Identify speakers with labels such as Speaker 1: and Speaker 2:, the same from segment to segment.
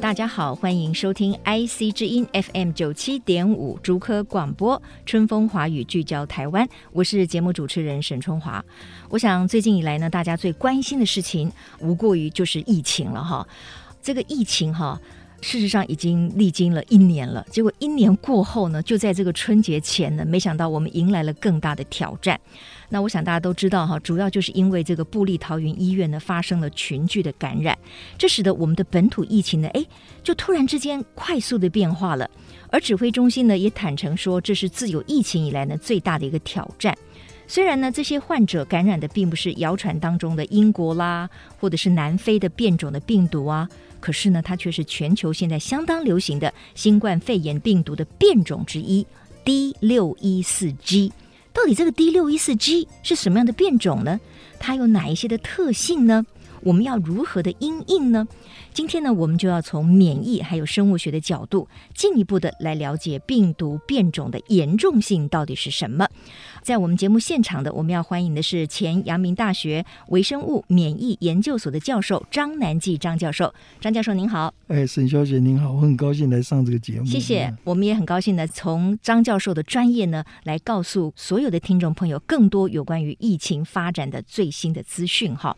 Speaker 1: 大家好，欢迎收听 IC 之音 FM 九七点五竹科广播《春风华语》，聚焦台湾。我是节目主持人沈春华。我想最近以来呢，大家最关心的事情，无过于就是疫情了哈。这个疫情哈。事实上已经历经了一年了，结果一年过后呢，就在这个春节前呢，没想到我们迎来了更大的挑战。那我想大家都知道哈，主要就是因为这个布利桃园医院呢发生了群聚的感染，这使得我们的本土疫情呢，哎，就突然之间快速的变化了。而指挥中心呢也坦诚说，这是自有疫情以来呢最大的一个挑战。虽然呢，这些患者感染的并不是谣传当中的英国啦，或者是南非的变种的病毒啊，可是呢，它却是全球现在相当流行的新冠肺炎病毒的变种之一 D 六一四 G。到底这个 D 六一四 G 是什么样的变种呢？它有哪一些的特性呢？我们要如何的因应呢？今天呢，我们就要从免疫还有生物学的角度，进一步的来了解病毒变种的严重性到底是什么。在我们节目现场的，我们要欢迎的是前阳明大学微生物免疫研究所的教授张南纪张教授。张教授您好，
Speaker 2: 哎，沈小姐您好，我很高兴来上这个节目。
Speaker 1: 谢谢。我们也很高兴呢，从张教授的专业呢，来告诉所有的听众朋友更多有关于疫情发展的最新的资讯哈。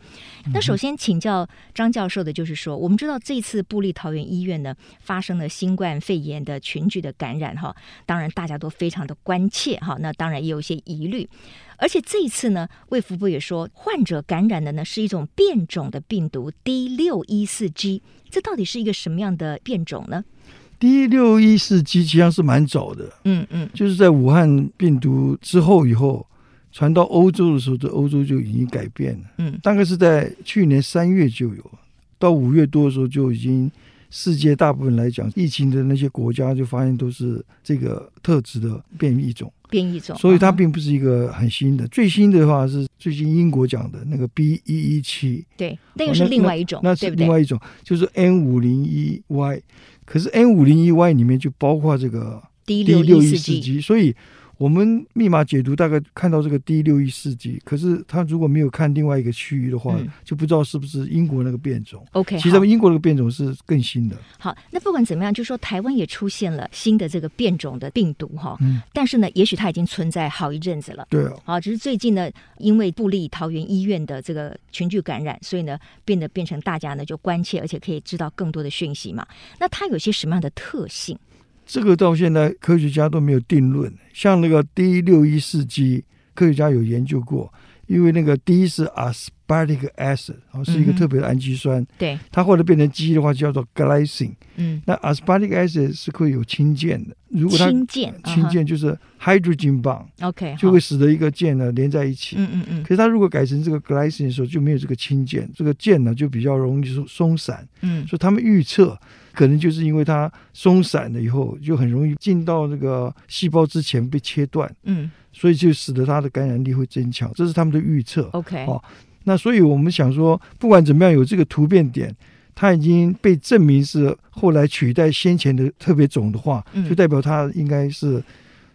Speaker 1: 那首先请教张教授的就是说，我们知道这次布利桃园医院呢发生了新冠肺炎的群聚的感染哈，当然大家都非常的关切哈，那当然也有一些疑虑。而且这一次呢，卫福部也说，患者感染的呢是一种变种的病毒 D 六一四 G，这到底是一个什么样的变种呢？
Speaker 2: D 六一四 G 其实际上是蛮早的，
Speaker 1: 嗯嗯，
Speaker 2: 就是在武汉病毒之后以后传到欧洲的时候，这欧洲就已经改变了。
Speaker 1: 嗯，
Speaker 2: 大概是在去年三月就有，到五月多的时候就已经世界大部分来讲，疫情的那些国家就发现都是这个特质的变异种，
Speaker 1: 变异种，
Speaker 2: 所以它
Speaker 1: 嗯
Speaker 2: 并不是一个很新的。最新的话是最近英国讲的那个 B 一一七，
Speaker 1: 对，那
Speaker 2: 哦
Speaker 1: 又是另外一种，
Speaker 2: 那
Speaker 1: 对
Speaker 2: 是
Speaker 1: 不对
Speaker 2: 另？外一种，就是 N 五零一 Y，可是 N 五零一 Y 里面就包括这个
Speaker 1: D
Speaker 2: D
Speaker 1: 六
Speaker 2: 六
Speaker 1: 一
Speaker 2: 一
Speaker 1: 四
Speaker 2: 四
Speaker 1: G，
Speaker 2: G，所以我们密码解读大概看到这个 D 六一四 G，可是他如果没有看另外一个区域的话，
Speaker 1: 嗯
Speaker 2: 就不知道是不是英国那个变种。
Speaker 1: OK，
Speaker 2: 其实他们英国那个变种是更新的，
Speaker 1: 好好，那不管怎么样，就说台湾也出现了新的这个变种的病毒哈，
Speaker 2: 嗯，
Speaker 1: 但是呢，也许它已经存在好一阵子了。
Speaker 2: 对啊，
Speaker 1: 啊，只是最近呢，因为布利桃园医院的这个群聚感染，所以呢，变得变成大家呢就关切，而且可以知道更多的讯息嘛。那它有些什么样的特性？
Speaker 2: 这个到现在科学家都没有定论。像那个 D 六一四 G，科学家有研究过，因为那个 D 是 aspartic acid，哦，是一个
Speaker 1: 嗯哼
Speaker 2: 特别的氨基酸。
Speaker 1: 对，
Speaker 2: 它后来变成基的话叫做 glycine。
Speaker 1: 嗯，
Speaker 2: 那 aspartic acid 是会有氢键的，如果它
Speaker 1: 氢键，
Speaker 2: 氢键就是 hydrogen bond，、
Speaker 1: 啊哈，OK，
Speaker 2: 就
Speaker 1: 好
Speaker 2: 会，使得一个键呢连在一起。
Speaker 1: 嗯嗯嗯
Speaker 2: 可是它如果改成这个 glycine 的时候，就没有这个氢键，这个键呢就比较容易松松散。
Speaker 1: 嗯，
Speaker 2: 所以他们预测，可能就是因为它松散了以后，就很容易进到那个细胞之前被切断，
Speaker 1: 嗯
Speaker 2: 所以就使得它的感染力会增强。这是他们的预测。
Speaker 1: ，OK，
Speaker 2: 哦那所以我们想说，不管怎么样，有这个突变点，它已经被证明是后来取代先前的特别种的话，
Speaker 1: 嗯
Speaker 2: 就代表它应该是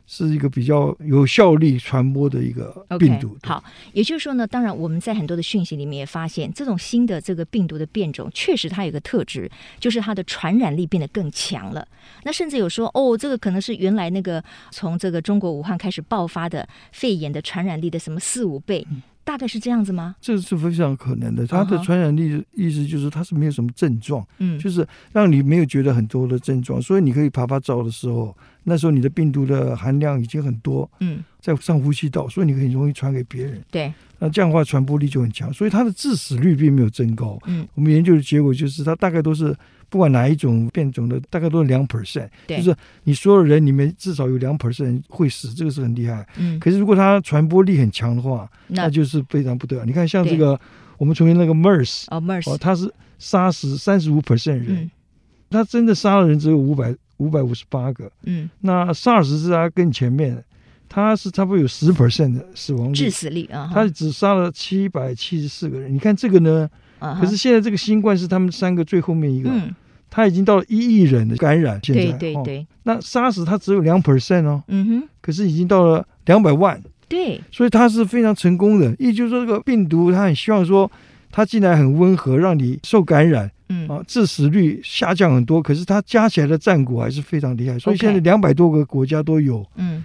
Speaker 2: 是一个比较有效力传播的一个
Speaker 1: OK，
Speaker 2: 病毒。
Speaker 1: 好，也就是说呢，当然我们在很多的讯息里面也发现，这种新的这个病毒的变种，确实它有一个特质，就是它的传染力变得更强了。那甚至有说，哦，这个可能是原来那个从这个中国武汉开始爆发的肺炎的传染力的什么四五倍，
Speaker 2: 嗯
Speaker 1: 大概是这样子吗？
Speaker 2: 这是非常可能的。它的
Speaker 1: 嗯哼
Speaker 2: 传染力意思就是它是没有什么症状，
Speaker 1: 嗯，
Speaker 2: 就是让你没有觉得很多的症状，所以你可以爬爬照的时候，那时候你的病毒的含量已经很多，
Speaker 1: 嗯，
Speaker 2: 在上呼吸道，所以你很容易传给别人。
Speaker 1: 对，
Speaker 2: 那这样的话传播力就很强，所以它的致死率并没有增高。
Speaker 1: 嗯，
Speaker 2: 我们研究的结果就是，它大概都是不管哪一种变种的，大概都是两 percent，
Speaker 1: 对
Speaker 2: 就是你所有人里面至少有两 percent 会死，这个是很厉害。
Speaker 1: 嗯，
Speaker 2: 可是如果它传播力很强的话，那
Speaker 1: 那
Speaker 2: 就是非常不得了。你看，像
Speaker 1: 对
Speaker 2: 这个我们从前那个 MERS，
Speaker 1: 哦
Speaker 2: 哦，
Speaker 1: ，MERS，
Speaker 2: 它是杀死三十五 percent 人，
Speaker 1: 嗯
Speaker 2: 它真的杀了人只有五百五百五十八个。
Speaker 1: 嗯，
Speaker 2: 那 SARS 是它更前面，它是差不多有十 percent 的死亡
Speaker 1: 致
Speaker 2: 率，
Speaker 1: 死率啊，
Speaker 2: 嗯它只杀了七百七十四个人。你看这个呢？
Speaker 1: 啊哈
Speaker 2: 可是现在这个新冠是他们三个最后面一个，
Speaker 1: 嗯，
Speaker 2: 它已经到了一亿人的感染。现在
Speaker 1: 对对
Speaker 2: 哦，
Speaker 1: 对，
Speaker 2: 那 SARS 它只有两 percent 哦，
Speaker 1: 嗯哼，
Speaker 2: 可是已经到了两百万。
Speaker 1: 对，
Speaker 2: 所以它是非常成功的。也就是说，这个病毒它很希望说，它进来很温和，让你受感染
Speaker 1: 嗯，
Speaker 2: 啊，致死率下降很多。可是它加起来的战果还是非常厉害，所以
Speaker 1: OK
Speaker 2: 现在两百多个国家都有
Speaker 1: 嗯，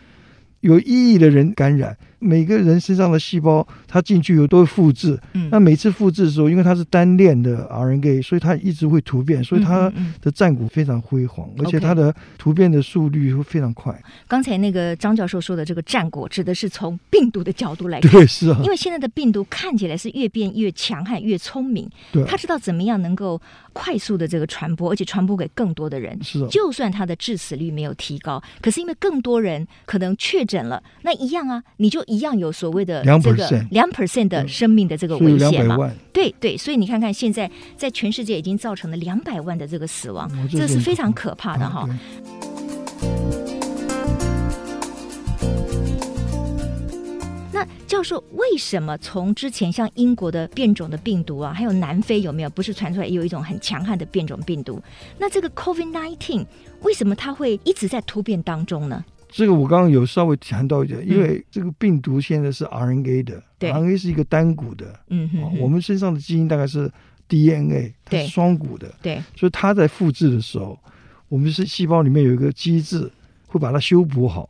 Speaker 2: 有一亿的人感染，每个人身上的细胞它进去以后都会复制。
Speaker 1: 嗯，
Speaker 2: 那每次复制的时候，因为它是单链的 RNA，所以它一直会突变，所以它
Speaker 1: 嗯。嗯嗯
Speaker 2: 的战果非常辉煌，而
Speaker 1: OK
Speaker 2: 且它的突变的速率会非常快。
Speaker 1: 刚才那个张教授说的这个战果，指的是从病毒的角度来看。
Speaker 2: 对，是啊
Speaker 1: 因，为现在的病毒看起来是越变越强悍、越聪明，
Speaker 2: 对啊
Speaker 1: 他，知道怎么样能够快速的这个传播，而且传播给更多的人。
Speaker 2: 是啊。
Speaker 1: 就算它的致死率没有提高，可是因为更多人可能确诊了，那一样啊，你就一样有所谓的
Speaker 2: 2%
Speaker 1: 这个两 percent 的生命的这个
Speaker 2: 所以有
Speaker 1: 危
Speaker 2: 两
Speaker 1: 险
Speaker 2: 百
Speaker 1: 嘛。
Speaker 2: 万，
Speaker 1: 对对，所以你看看现在在全世界已经造成了两百万的这个死亡，
Speaker 2: 哦这
Speaker 1: 这是
Speaker 2: 很
Speaker 1: 非常
Speaker 2: 可
Speaker 1: 可怕的哈。
Speaker 2: 啊对
Speaker 1: 那教授，为什么从之前像英国的变种的病毒啊，还有南非有没有不是传出来也有一种很强悍的变种病毒？那这个 COVID nineteen 为什么它会一直在突变当中呢？
Speaker 2: 这个我刚刚有稍微谈到一点，
Speaker 1: 嗯
Speaker 2: 因为这个病毒现在是 RNA 的
Speaker 1: 对
Speaker 2: ，RNA 是一个单股的、
Speaker 1: 嗯哼
Speaker 2: 哦
Speaker 1: 哼
Speaker 2: 我们身上的基因大概是 DNA，它
Speaker 1: 对
Speaker 2: 是双股的，
Speaker 1: 对，
Speaker 2: 所以它在复制的时候，我们是细胞里面有一个机制会把它修补好，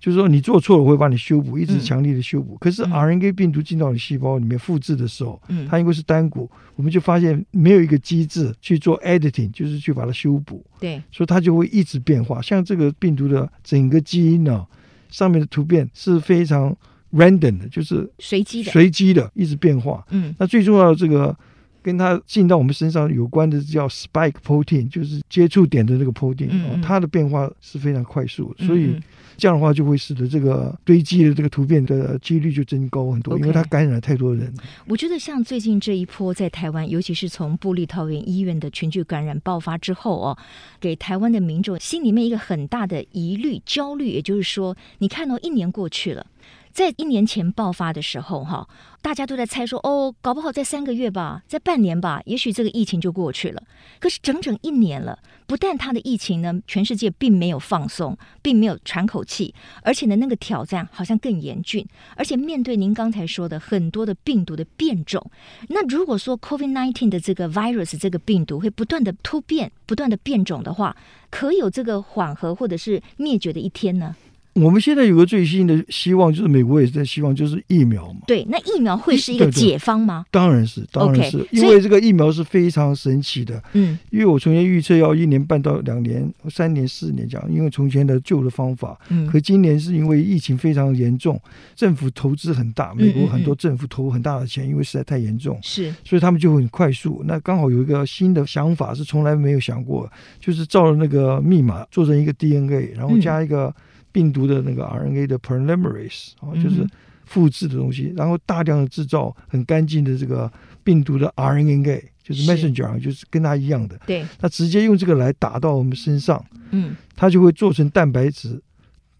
Speaker 2: 就是说你做错了我会把你修补，一直
Speaker 1: 嗯
Speaker 2: 强力的修补。可是
Speaker 1: 嗯
Speaker 2: RNA 病毒进到你细胞里面复制的时候，
Speaker 1: 嗯
Speaker 2: 它因为是单股，我们就发现没有一个机制去做 editing，就是去把它修补。
Speaker 1: 对，
Speaker 2: 所以它就会一直变化。像这个病毒的整个基因呢、上面的突变是非常 random 的，就是
Speaker 1: 随机的，
Speaker 2: 随机的，一直变化。
Speaker 1: 嗯
Speaker 2: 那最重要的这个跟它进到我们身上有关的叫 spike protein，就是接触点的那个 protein，、
Speaker 1: 嗯嗯
Speaker 2: 哦、它的变化是非常快速
Speaker 1: 嗯
Speaker 2: 的，所以
Speaker 1: 嗯
Speaker 2: 这样的话就会使得这个堆积的这个突变的几率就增高很多，
Speaker 1: OK
Speaker 2: 因为它感染了太多人。
Speaker 1: 我觉得像最近这一波在台湾，尤其是从布利桃园医院的群聚感染爆发之后哦，给台湾的民众心里面一个很大的疑虑、焦虑，也就是说，你看哦，一年过去了。在一年前爆发的时候，哈，大家都在猜说，哦，搞不好在三个月吧，在半年吧，也许这个疫情就过去了。可是整整一年了，不但它的疫情呢，全世界并没有放松，并没有喘口气，而且呢，那个挑战好像更严峻。而且面对您刚才说的很多的病毒的变种，那如果说 COVID-19 的这个 virus 这个病毒会不断的突变、不断的变种的话，可有这个缓和或者是灭绝的一天呢？
Speaker 2: 我们现在有个最新的希望，就是美国也在希望，就是疫苗嘛。
Speaker 1: 对，那疫苗会是一个
Speaker 2: 对对
Speaker 1: 解方吗？
Speaker 2: 当然是，当然是
Speaker 1: OK，
Speaker 2: 因
Speaker 1: 所
Speaker 2: 为这个疫苗是非常神奇的。
Speaker 1: 嗯
Speaker 2: 因为我从前预测要一年半到两年、三年、四年这样，因为从前的旧的方法。
Speaker 1: 嗯
Speaker 2: 可今年是因为疫情非常严重，政府投资很大，
Speaker 1: 嗯
Speaker 2: 美国很多政府投很大的钱，因为实在太严重，
Speaker 1: 是
Speaker 2: 所以他们就很快速。那刚好有一个新的想法是从来没有想过，就是照着那个密码做成一个 DNA，然后
Speaker 1: 嗯
Speaker 2: 加一个病毒的那个 RNA 的 polymerase 啊、
Speaker 1: 嗯哼
Speaker 2: 就是复制的东西，然后大量的制造很干净的这个病毒的 RNA，就是
Speaker 1: 是
Speaker 2: messenger，就是跟它一样的。
Speaker 1: 对，
Speaker 2: 那直接用这个来打到我们身上，
Speaker 1: 嗯
Speaker 2: 它就会做成蛋白质，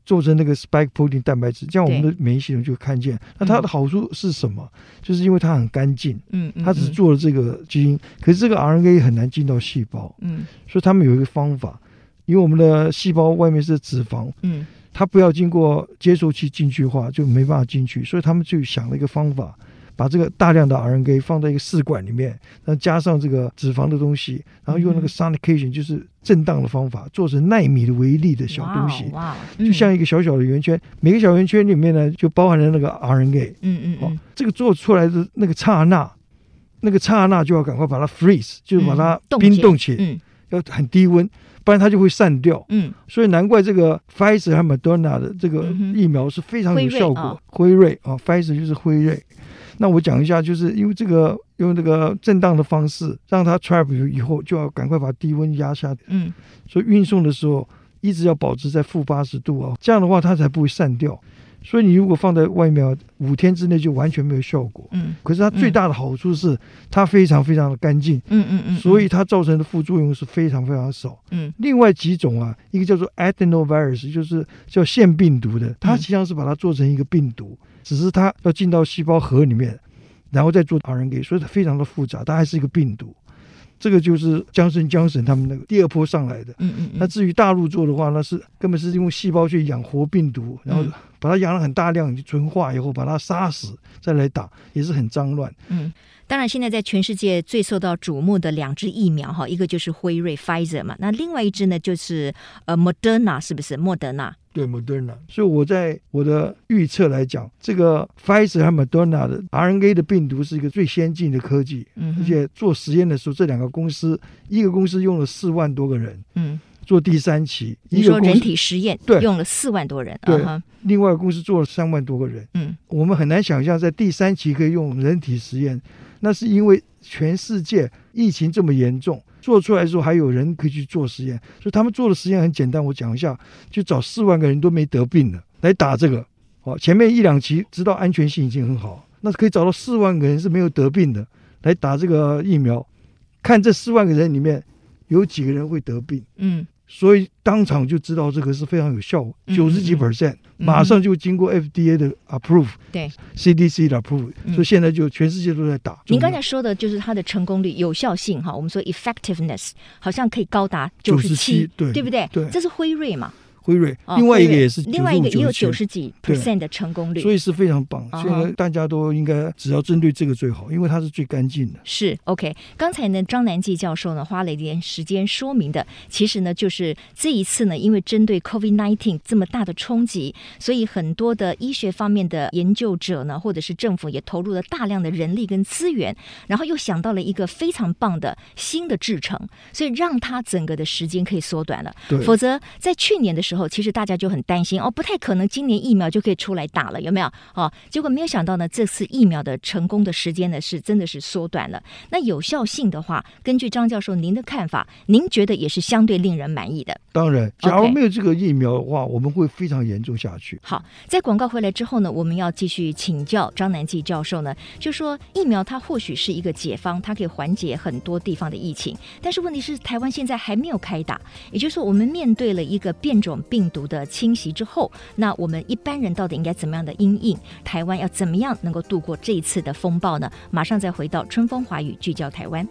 Speaker 2: 做成那个 spike protein 蛋白质，这样我们的免疫系统就看见。那它的好处是什么？就是因为它很干净，
Speaker 1: 嗯，嗯
Speaker 2: 它只
Speaker 1: 嗯
Speaker 2: 做了这个基因，可是这个 RNA 很难进到细胞，
Speaker 1: 嗯
Speaker 2: 所以他们有一个方法，因为我们的细胞外面是脂肪，
Speaker 1: 嗯
Speaker 2: 它不要经过接收器进去的话，就没办法进去，所以他们就想了一个方法，把这个大量的 RNA 放在一个试管里面，然后加上这个脂肪的东西，然后用
Speaker 1: 嗯
Speaker 2: 那个 sonication 就是震荡的方法，做成纳米的微粒的小东西，
Speaker 1: 嗯哇哦，哇哦
Speaker 2: 就像
Speaker 1: 嗯
Speaker 2: 一个小小的圆圈，每个小圆圈里面呢就包含了那个 RNA，
Speaker 1: 嗯嗯
Speaker 2: 哦
Speaker 1: 嗯，
Speaker 2: 这个做出来的那个刹那，那个刹那就要赶快把它 freeze，就是把它
Speaker 1: 嗯冻
Speaker 2: 冰
Speaker 1: 结
Speaker 2: 冻起来，
Speaker 1: 嗯
Speaker 2: 要很低温，不然它就会散掉。
Speaker 1: 嗯
Speaker 2: 所以难怪这个 Pfizer 和 Moderna 的这个
Speaker 1: 嗯哼
Speaker 2: 疫苗是非常有效果。辉瑞啊，Pfizer 就是辉瑞。那我讲一下，就是呃因为这个用这个震荡的方式，让它 trap 以后就要赶快把低温压下，
Speaker 1: 嗯
Speaker 2: 所以运送的时候一直要保持在负八十度啊，这样的话它才不会散掉。所以你如果放在外面啊，五天之内就完全没有效果。
Speaker 1: 嗯
Speaker 2: 可是它最大的好处是它非常非常的干净，
Speaker 1: 嗯嗯嗯，
Speaker 2: 所以它造成的副作用是非常非常少。
Speaker 1: 嗯
Speaker 2: 另外几种啊，一个叫做 adenovirus，就是叫腺病毒的，它
Speaker 1: 嗯
Speaker 2: 实际上是把它做成一个病毒，只是它要进到细胞核里面，然后再做 RNA，所以它非常的复杂，它还是一个病毒。这个就是江省江省他们那个第二波上来的。
Speaker 1: 嗯嗯嗯，
Speaker 2: 那至于大陆做的话，那是根本是用细胞去养活病毒，然后
Speaker 1: 嗯
Speaker 2: 把它养了很大量，你纯化以后把它杀死，再来打，也是很脏乱。
Speaker 1: 嗯，当然，现在在全世界最受到瞩目的两支疫苗哈，一个就是辉瑞 （Pfizer） 嘛，那另外一支呢就是呃 Moderna，是不是？莫德纳。
Speaker 2: 对 Moderna，所以我在我的预测来讲，这个 Pfizer 和 Moderna 的 RNA 的病毒是一个最先进的科技，
Speaker 1: 嗯哼
Speaker 2: 而且做实验的时候，这两个公司，一个公司用了四万多个人
Speaker 1: 嗯，
Speaker 2: 做第三期，
Speaker 1: 你
Speaker 2: 一个
Speaker 1: 说
Speaker 2: 公
Speaker 1: 人
Speaker 2: 司
Speaker 1: 体实验
Speaker 2: 对
Speaker 1: 用了四万多人，
Speaker 2: 对
Speaker 1: 啊哈
Speaker 2: 另外一个公司做了三万多个人，
Speaker 1: 嗯
Speaker 2: 我们很难想象在第三期可以用人体实验，那是因为全世界疫情这么严重，做出来的时候还有人可以去做实验，所以他们做的实验很简单，我讲一下，就找四万个人都没得病的来打这个，哦，前面一两期知道安全性已经很好，那可以找到四万个人是没有得病的来打这个疫苗，看这四万个人里面有几个人会得病。
Speaker 1: 嗯
Speaker 2: 所以当场就知道这个是非常有效，
Speaker 1: 嗯
Speaker 2: 九十几 percent，、
Speaker 1: 嗯
Speaker 2: 马上就经过 FDA 的 approve，
Speaker 1: 对
Speaker 2: ，CDC 的 approve，、
Speaker 1: 嗯
Speaker 2: 所以现在就全世界都在打。
Speaker 1: 您刚才说的就是它的成功率、有效性哈，我们说 effectiveness 好像可以高达九十七
Speaker 2: 97，对
Speaker 1: 对不对？
Speaker 2: 对
Speaker 1: 这是辉瑞嘛？
Speaker 2: 辉瑞，
Speaker 1: 哦
Speaker 2: 另外一个
Speaker 1: 辉瑞
Speaker 2: 也是95，
Speaker 1: 另外一个也有九
Speaker 2: 97
Speaker 1: 十几
Speaker 2: 对
Speaker 1: percent 的成功率，
Speaker 2: 所以是非常棒。
Speaker 1: 啊哈
Speaker 2: 所以呢大家都应该只要针对这个最好，因为它是最干净的。
Speaker 1: 是 OK。刚才呢，张南纪教授呢花了一点时间说明的，其实呢就是这一次呢，因为针对 COVID-19 这么大的冲击，所以很多的医学方面的研究者呢，或者是政府也投入了大量的人力跟资源，然后又想到了一个非常棒的新的制成，所以让它整个的时间可以缩短了。
Speaker 2: 对，
Speaker 1: 否则，在去年的时候，其实大家就很担心哦，不太可能今年疫苗就可以出来打了，有没有？哦，结果没有想到呢，这次疫苗的成功的时间呢，是真的是缩短了。那有效性的话，根据张教授您的看法，您觉得也是相对令人满意的。
Speaker 2: 当然，假如
Speaker 1: OK
Speaker 2: 没有这个疫苗的话，我们会非常严重下去。
Speaker 1: 好，在广告回来之后呢，我们要继续请教张南纪教授呢，就说疫苗它或许是一个解方，它可以缓解很多地方的疫情，但是问题是台湾现在还没有开打，也就是说我们面对了一个变种病毒的侵袭之后，那我们一般人到底应该怎么样的因应？台湾要怎么样能够度过这一次的风暴呢？马上再回到春风华语聚焦台湾。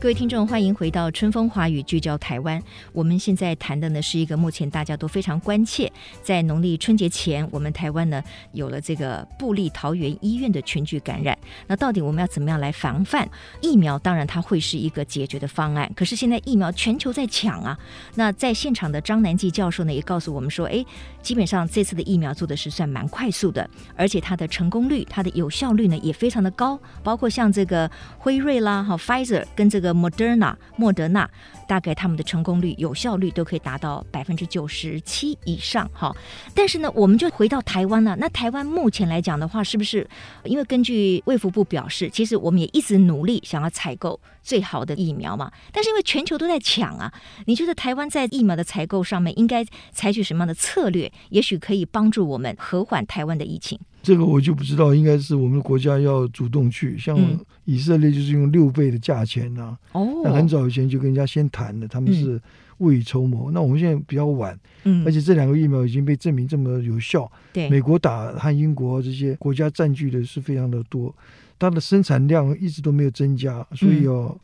Speaker 1: 各位听众，欢迎回到春风华语聚焦台湾。我们现在谈的呢是一个目前大家都非常关切，在农历春节前，我们台湾呢有了这个布利桃园医院的群聚感染。那到底我们要怎么样来防范？疫苗当然它会是一个解决的方案，可是现在疫苗全球在抢啊。那在现场的张南纪教授呢也告诉我们说，诶，基本上这次的疫苗做的是算蛮快速的，而且它的成功率、它的有效率呢也非常的高，包括像这个辉瑞啦、哈 Pfizer 跟这个 Moderna 莫德纳，大概他们的成功率、有效率都可以达到百分之九十七以上哈。但是呢，我们就回到台湾了。那台湾目前来讲的话，是不是因为根据卫福部表示，其实我们也一直努力想要采购最好的疫苗嘛？但是因为全球都在抢啊，你觉得台湾在疫苗的采购上面应该采取什么样的策略？也许可以帮助我们和缓台湾的疫情。
Speaker 2: 这个我就不知道，应该是我们国家要主动去，像
Speaker 1: 嗯
Speaker 2: 以色列就是用六倍的价钱啊呐、
Speaker 1: 哦
Speaker 2: 那很早以前就跟人家先谈了，他们是未雨绸缪。那我们现在比较晚，
Speaker 1: 嗯
Speaker 2: 而且这两个疫苗已经被证明这么有效，
Speaker 1: 对，
Speaker 2: 美国打和英国这些国家占据的是非常的多，它的生产量一直都没有增加，所
Speaker 1: 嗯
Speaker 2: 以哦，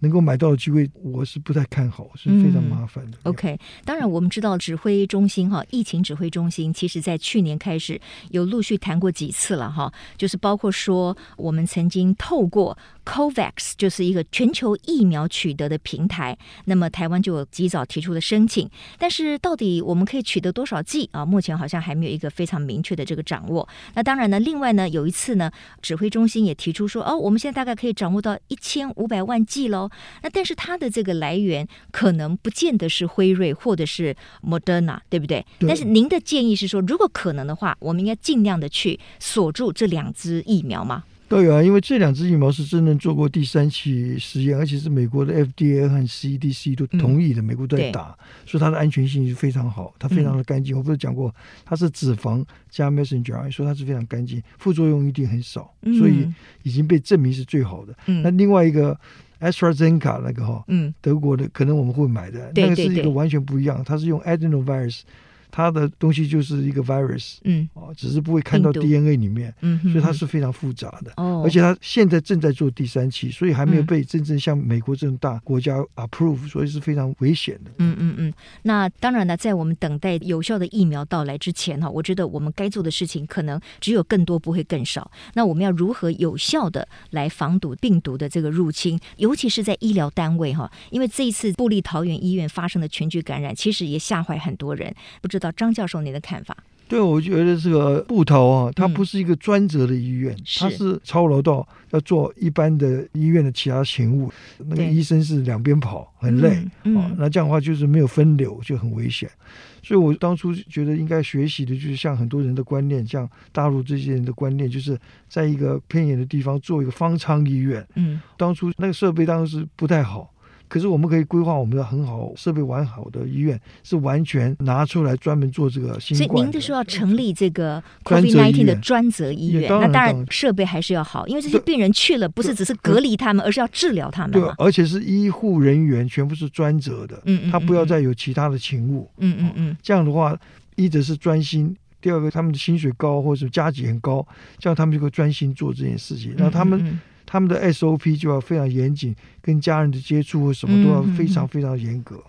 Speaker 2: 能够买到的机会我是不太看好，是非常麻烦的。
Speaker 1: 嗯 OK，当然我们知道指挥中心哈，疫情指挥中心其实在去年开始有陆续谈过几次了哈，就是包括说我们曾经透过 COVAX 就是一个全球疫苗取得的平台，那么台湾就有及早提出了申请，但是到底我们可以取得多少剂啊？目前好像还没有一个非常明确的这个掌握。那当然呢，另外呢，有一次呢，指挥中心也提出说，哦，我们现在大概可以掌握到一千五百万剂喽。那但是它的这个来源可能不见得是辉瑞或者是 Moderna，对不对？
Speaker 2: 对
Speaker 1: 但是您的建议是说，如果可能的话，我们应该尽量的去锁住这两支疫苗吗？
Speaker 2: 对啊，因为这两支疫苗是真正做过第三期实验，而且是美国的 FDA 和 CDC 都同意的，美国都
Speaker 1: 嗯
Speaker 2: 在
Speaker 1: 对嗯
Speaker 2: 打，所以它的安全性是非常好，它非常的干净。我不是讲过，它是脂肪加 messenger RNA，说它是非常干净，副作用一定很少，
Speaker 1: 嗯
Speaker 2: 所以已经被证明是最好的。那
Speaker 1: 嗯
Speaker 2: 另外一个 AstraZeneca 那个哈、
Speaker 1: 嗯
Speaker 2: 德国的可能我们会买的，
Speaker 1: 对
Speaker 2: 那个是
Speaker 1: 对
Speaker 2: 一
Speaker 1: 对
Speaker 2: 个完全不一样，它是用 adenovirus，它的东西就是一个 virus
Speaker 1: 嗯
Speaker 2: 哦，只是不会看到
Speaker 1: 病毒
Speaker 2: DNA 里面，
Speaker 1: 嗯，
Speaker 2: 所以它
Speaker 1: 嗯
Speaker 2: 是非常复杂的。
Speaker 1: 哦，
Speaker 2: 而且它现在正在做第三期，所以还没有
Speaker 1: 嗯
Speaker 2: 被真正像美国这种大国家 approve，所以是非常危险的。
Speaker 1: 嗯嗯嗯，那当然了，在我们等待有效的疫苗到来之前哈，我觉得我们该做的事情可能只有更多，不会更少。那我们要如何有效的来防堵病毒的这个入侵，尤其是在医疗单位哈，因为这一次布利桃园医院发生的群聚感染，其实也吓坏很多人。不知道张教授您的看法？
Speaker 2: 对，我觉得这个布桃啊，它
Speaker 1: 嗯
Speaker 2: 不是一个专责的医院，
Speaker 1: 是
Speaker 2: 它是操劳到要做一般的医院的其他勤务，那个
Speaker 1: 对
Speaker 2: 医生是两边跑，很累。
Speaker 1: 嗯，
Speaker 2: 哦
Speaker 1: 嗯，
Speaker 2: 那这样的话就是没有分流，就很危险。所以我当初觉得应该学习的就是像很多人的观念，像大陆这些人的观念，就是在一个偏远的地方做一个方舱医院。
Speaker 1: 嗯
Speaker 2: 当初那个设备当然是不太好，可是我们可以规划我们的很好设备完好的医院，是完全拿出来专门做这个新
Speaker 1: 所以
Speaker 2: 冠
Speaker 1: 您
Speaker 2: 的
Speaker 1: 就说要成立这个
Speaker 2: 专责
Speaker 1: COVID 1 9
Speaker 2: 医
Speaker 1: 的
Speaker 2: 院
Speaker 1: 专责医院
Speaker 2: 也，当
Speaker 1: 那
Speaker 2: 然
Speaker 1: 当
Speaker 2: 当
Speaker 1: 然
Speaker 2: 然
Speaker 1: 设备还是要好，因为这些
Speaker 2: 对
Speaker 1: 病人去了不是只是隔离他们，而是要治疗他们
Speaker 2: 对
Speaker 1: 嘛，。
Speaker 2: 而且是医护人员全部是专责的，
Speaker 1: 嗯嗯
Speaker 2: 他不要
Speaker 1: 嗯
Speaker 2: 再有其他的勤务。
Speaker 1: 嗯嗯嗯。
Speaker 2: 这样的话，一者是专心，第二个他们的薪水高或者是加级很高，这样他们就会专心做这件事情。那他们、
Speaker 1: 嗯
Speaker 2: 他们的 SOP 就要非常严谨，跟家人的接触或什么都要
Speaker 1: 嗯嗯
Speaker 2: 非常非常严格。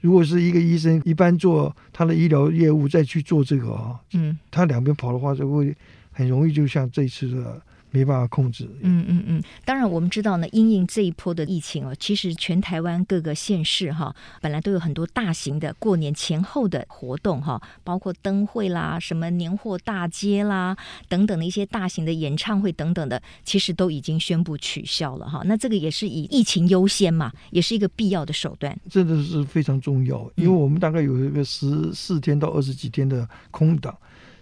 Speaker 2: 如果是一个医生一般做他的医疗业务再去做这个啊，
Speaker 1: 嗯
Speaker 2: 他两边跑的话就会很容易就像这次的没办法控制。
Speaker 1: 嗯嗯嗯，当然我们知道呢，因应这一波的疫情哦，其实全台湾各个县市哈，本来都有很多大型的过年前后的活动哈，包括灯会啦、什么年货大街啦等等的一些大型的演唱会等等的，其实都已经宣布取消了哈。那这个也是以疫情优先嘛，也是一个必要的手段。
Speaker 2: 真的是非常重要，
Speaker 1: 嗯
Speaker 2: 因为我们大概有一个十四天到二十几天的空档，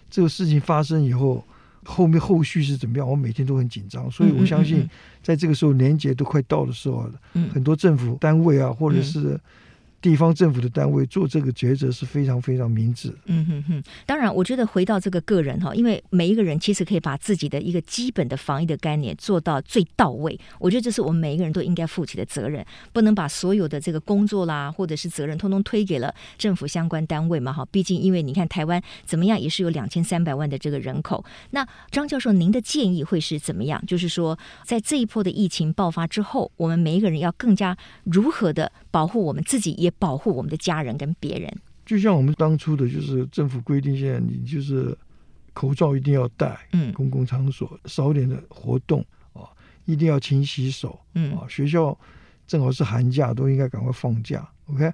Speaker 2: 这个事情发生以后，后面后续是怎么样，我每天都很紧张，所以
Speaker 1: 嗯嗯
Speaker 2: 我相
Speaker 1: 嗯
Speaker 2: 信
Speaker 1: 嗯，
Speaker 2: 在这个时候年节都快到的时候，
Speaker 1: 嗯
Speaker 2: 很多政府单位啊，或者是地方政府的单位做这个抉择是非常非常明智的。
Speaker 1: 嗯哼哼，当然，我觉得回到这个个人哈，因为每一个人其实可以把自己的一个基本的防疫的概念做到最到位，我觉得这是我们每一个人都应该负起的责任，不能把所有的这个工作啦或者是责任通通推给了政府相关单位嘛哈。毕竟，因为你看台湾怎么样也是有两千三百万的这个人口，那张教授您的建议会是怎么样？就是说，在这一波的疫情爆发之后，我们每一个人要更加如何的保护我们自己，也保护我们的家人跟别人。
Speaker 2: 就像我们当初的，就是政府规定，现在你就是口罩一定要戴，
Speaker 1: 嗯
Speaker 2: 公共场所少点的活动啊，一定要勤洗手。
Speaker 1: 嗯
Speaker 2: 啊，学校正好是寒假，都应该赶快放假。OK，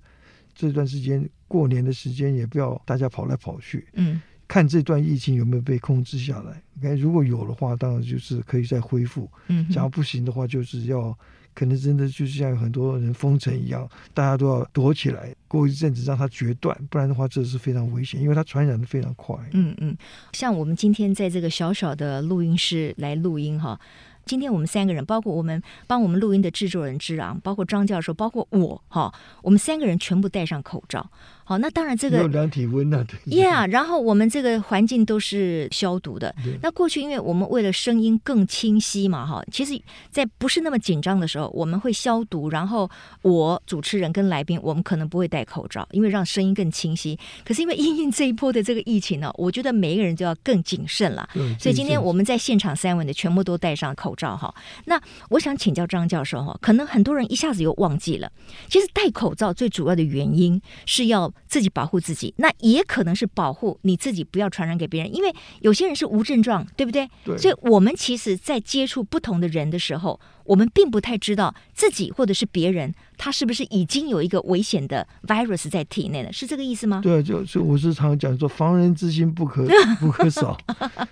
Speaker 2: 这段时间过年的时间也不要大家跑来跑去，
Speaker 1: 嗯
Speaker 2: 看这段疫情有没有被控制下来。OK，如果有的话，当然就是可以再恢复；，
Speaker 1: 嗯哼，
Speaker 2: 假如不行的话，就是要可能真的就是像很多人封城一样，大家都要躲起来，过一阵子让它决断，不然的话这是非常危险，因为它传染的非常快。
Speaker 1: 嗯嗯，像我们今天在这个小小的录音室来录音哈。今天我们三个人，包括我们帮我们录音的制作人之昂，包括张教授，包括我哈，我们三个人全部戴上口罩。好，那当然这
Speaker 2: 没有
Speaker 1: 个
Speaker 2: 量体温啊，对。
Speaker 1: ，Yeah，然 后我们这个环境都是消毒的
Speaker 2: 对。
Speaker 1: 那过去因为我们为了声音更清晰嘛哈，其实，在不是那么紧张的时候，我们会消毒，然后我主持人跟来宾，我们可能不会戴口罩，因为让声音更清晰。可是因为因应这一波的这个疫情呢，我觉得每一个人就要更谨慎了。
Speaker 2: 嗯对
Speaker 1: 所以今天
Speaker 2: 这一阵子
Speaker 1: 我们在现场三位呢，全部都戴上口罩哈。那我想请教张教授哈，可能很多人一下子又忘记了，其实戴口罩最主要的原因是要自己保护自己，那也可能是保护你自己不要传染给别人，因为有些人是无症状，对不对？
Speaker 2: 对
Speaker 1: 所以我们其实，在接触不同的人的时候，我们并不太知道自己或者是别人，他是不是已经有一个危险的 virus 在体内了，是这个意思吗？
Speaker 2: 对，就是我是常讲说，防人之心不可不可 少，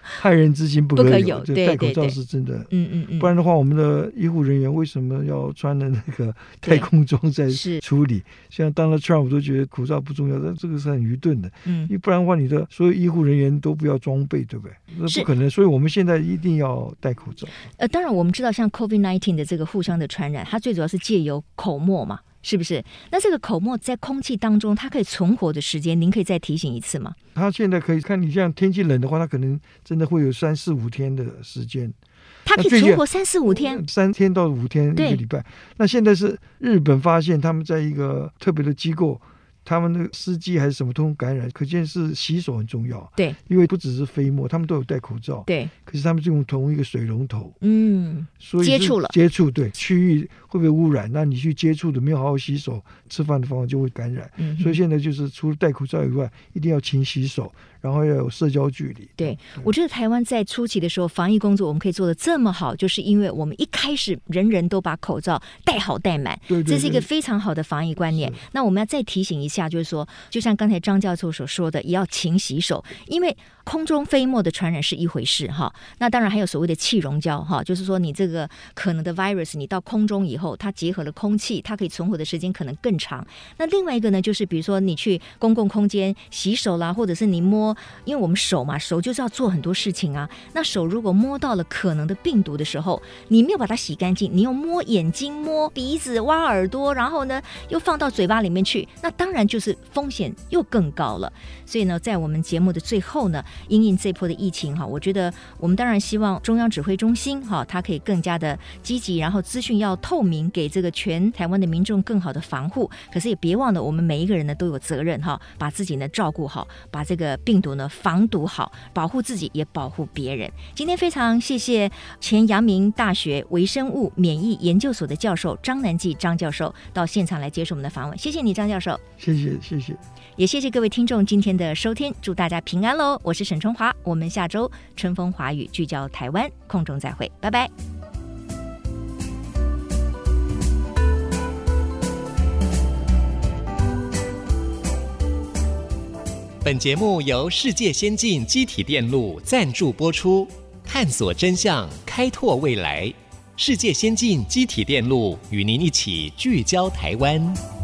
Speaker 2: 害人之心不
Speaker 1: 不可
Speaker 2: 可
Speaker 1: 有
Speaker 2: 就
Speaker 1: 对
Speaker 2: 戴
Speaker 1: 对
Speaker 2: 口罩
Speaker 1: 对
Speaker 2: 是真的，
Speaker 1: 嗯嗯嗯，
Speaker 2: 不然的话，我们的医护人员为什么要穿的那个
Speaker 1: 对
Speaker 2: 太空装在
Speaker 1: 是
Speaker 2: 处理？像 Donald Trump 我都觉得口罩不重要，但这个是很愚钝的。
Speaker 1: 嗯
Speaker 2: 因为不然的话，你的所有医护人员都不要装备，对不对？那
Speaker 1: 是
Speaker 2: 不可能，所以我们现在一定要戴口罩。
Speaker 1: 呃，当然我们知道，像 COVID nineteen 的这个互相的传染，它最主要是借由口沫嘛，是不是？那这个口沫在空气当中，它可以存活的时间，您可以再提醒一次吗？
Speaker 2: 他现在可以看你像天气冷的话，他可能真的会有三四五天的时间，
Speaker 1: 它可以
Speaker 2: 哦那最近哦
Speaker 1: 存活三四五天，
Speaker 2: 三天到五天一
Speaker 1: 对
Speaker 2: 个礼拜。那现在是日本发现他们在一个特别的机构，他们那个司机还是什么通通感染，可见是洗手很重要。
Speaker 1: 对，
Speaker 2: 因为不只是飞沫，他们都有戴口罩。
Speaker 1: 对，
Speaker 2: 可是他们就用同一个水龙头，
Speaker 1: 嗯，
Speaker 2: 所以
Speaker 1: 接
Speaker 2: 是
Speaker 1: 触了
Speaker 2: 接触对区域会被污染，那你去接触的没有好好洗手，吃饭的方法就会感染。
Speaker 1: 嗯哼
Speaker 2: 所以现在就是除了戴口罩以外，一定要勤洗手，然后要有社交距离。
Speaker 1: 对，我觉得台湾在初期的时候，防疫工作我们可以做得这么好，就是因为我们一开始人人都把口罩戴好戴满，
Speaker 2: 对对
Speaker 1: 这是一个
Speaker 2: 对
Speaker 1: 非常好的防疫观念
Speaker 2: 是。
Speaker 1: 那我们要再提醒一下，就是说，就像刚才张教授所说的，也要勤洗手，因为空中飞沫的传染是一回事哈。那当然还有所谓的气溶胶哈，就是说你这个可能的 virus，你到空中以后，它结合了空气，它可以存活的时间可能更长。那另外一个呢，就是比如说你去公共空间洗手啦，或者是你摸，因为我们手嘛，手就是要做很多事情啊。那手如果摸到了可能的病毒的时候，你没有把它洗干净，你又摸眼睛、摸鼻子、挖耳朵，然后呢又放到嘴巴里面去，那当然就是风险又更高了。所以呢，在我们节目的最后呢，因应这波的疫情哈，我觉得我们当然希望中央指挥中心哈，它可以更加的积极，然后资讯要透明，给这个全台湾的民众更好的防护。可是也别忘了，我们每一个人呢都有责任哈，把自己呢照顾好，把这个病毒呢防堵好，保护自己也保护别人。今天非常谢谢前阳明大学微生物免疫研究所的教授张南纪张教授到现场来接受我们的访问，谢谢你张教授。
Speaker 2: 谢谢谢谢。
Speaker 1: 也谢谢各位听众今天的收听，祝大家平安喽！我是沈春华，我们下周春风华语聚焦台湾，空中再会，拜拜。
Speaker 3: 本节目由世界先进机体电路赞助播出，探索真相，开拓未来。世界先进机体电路与您一起聚焦台湾。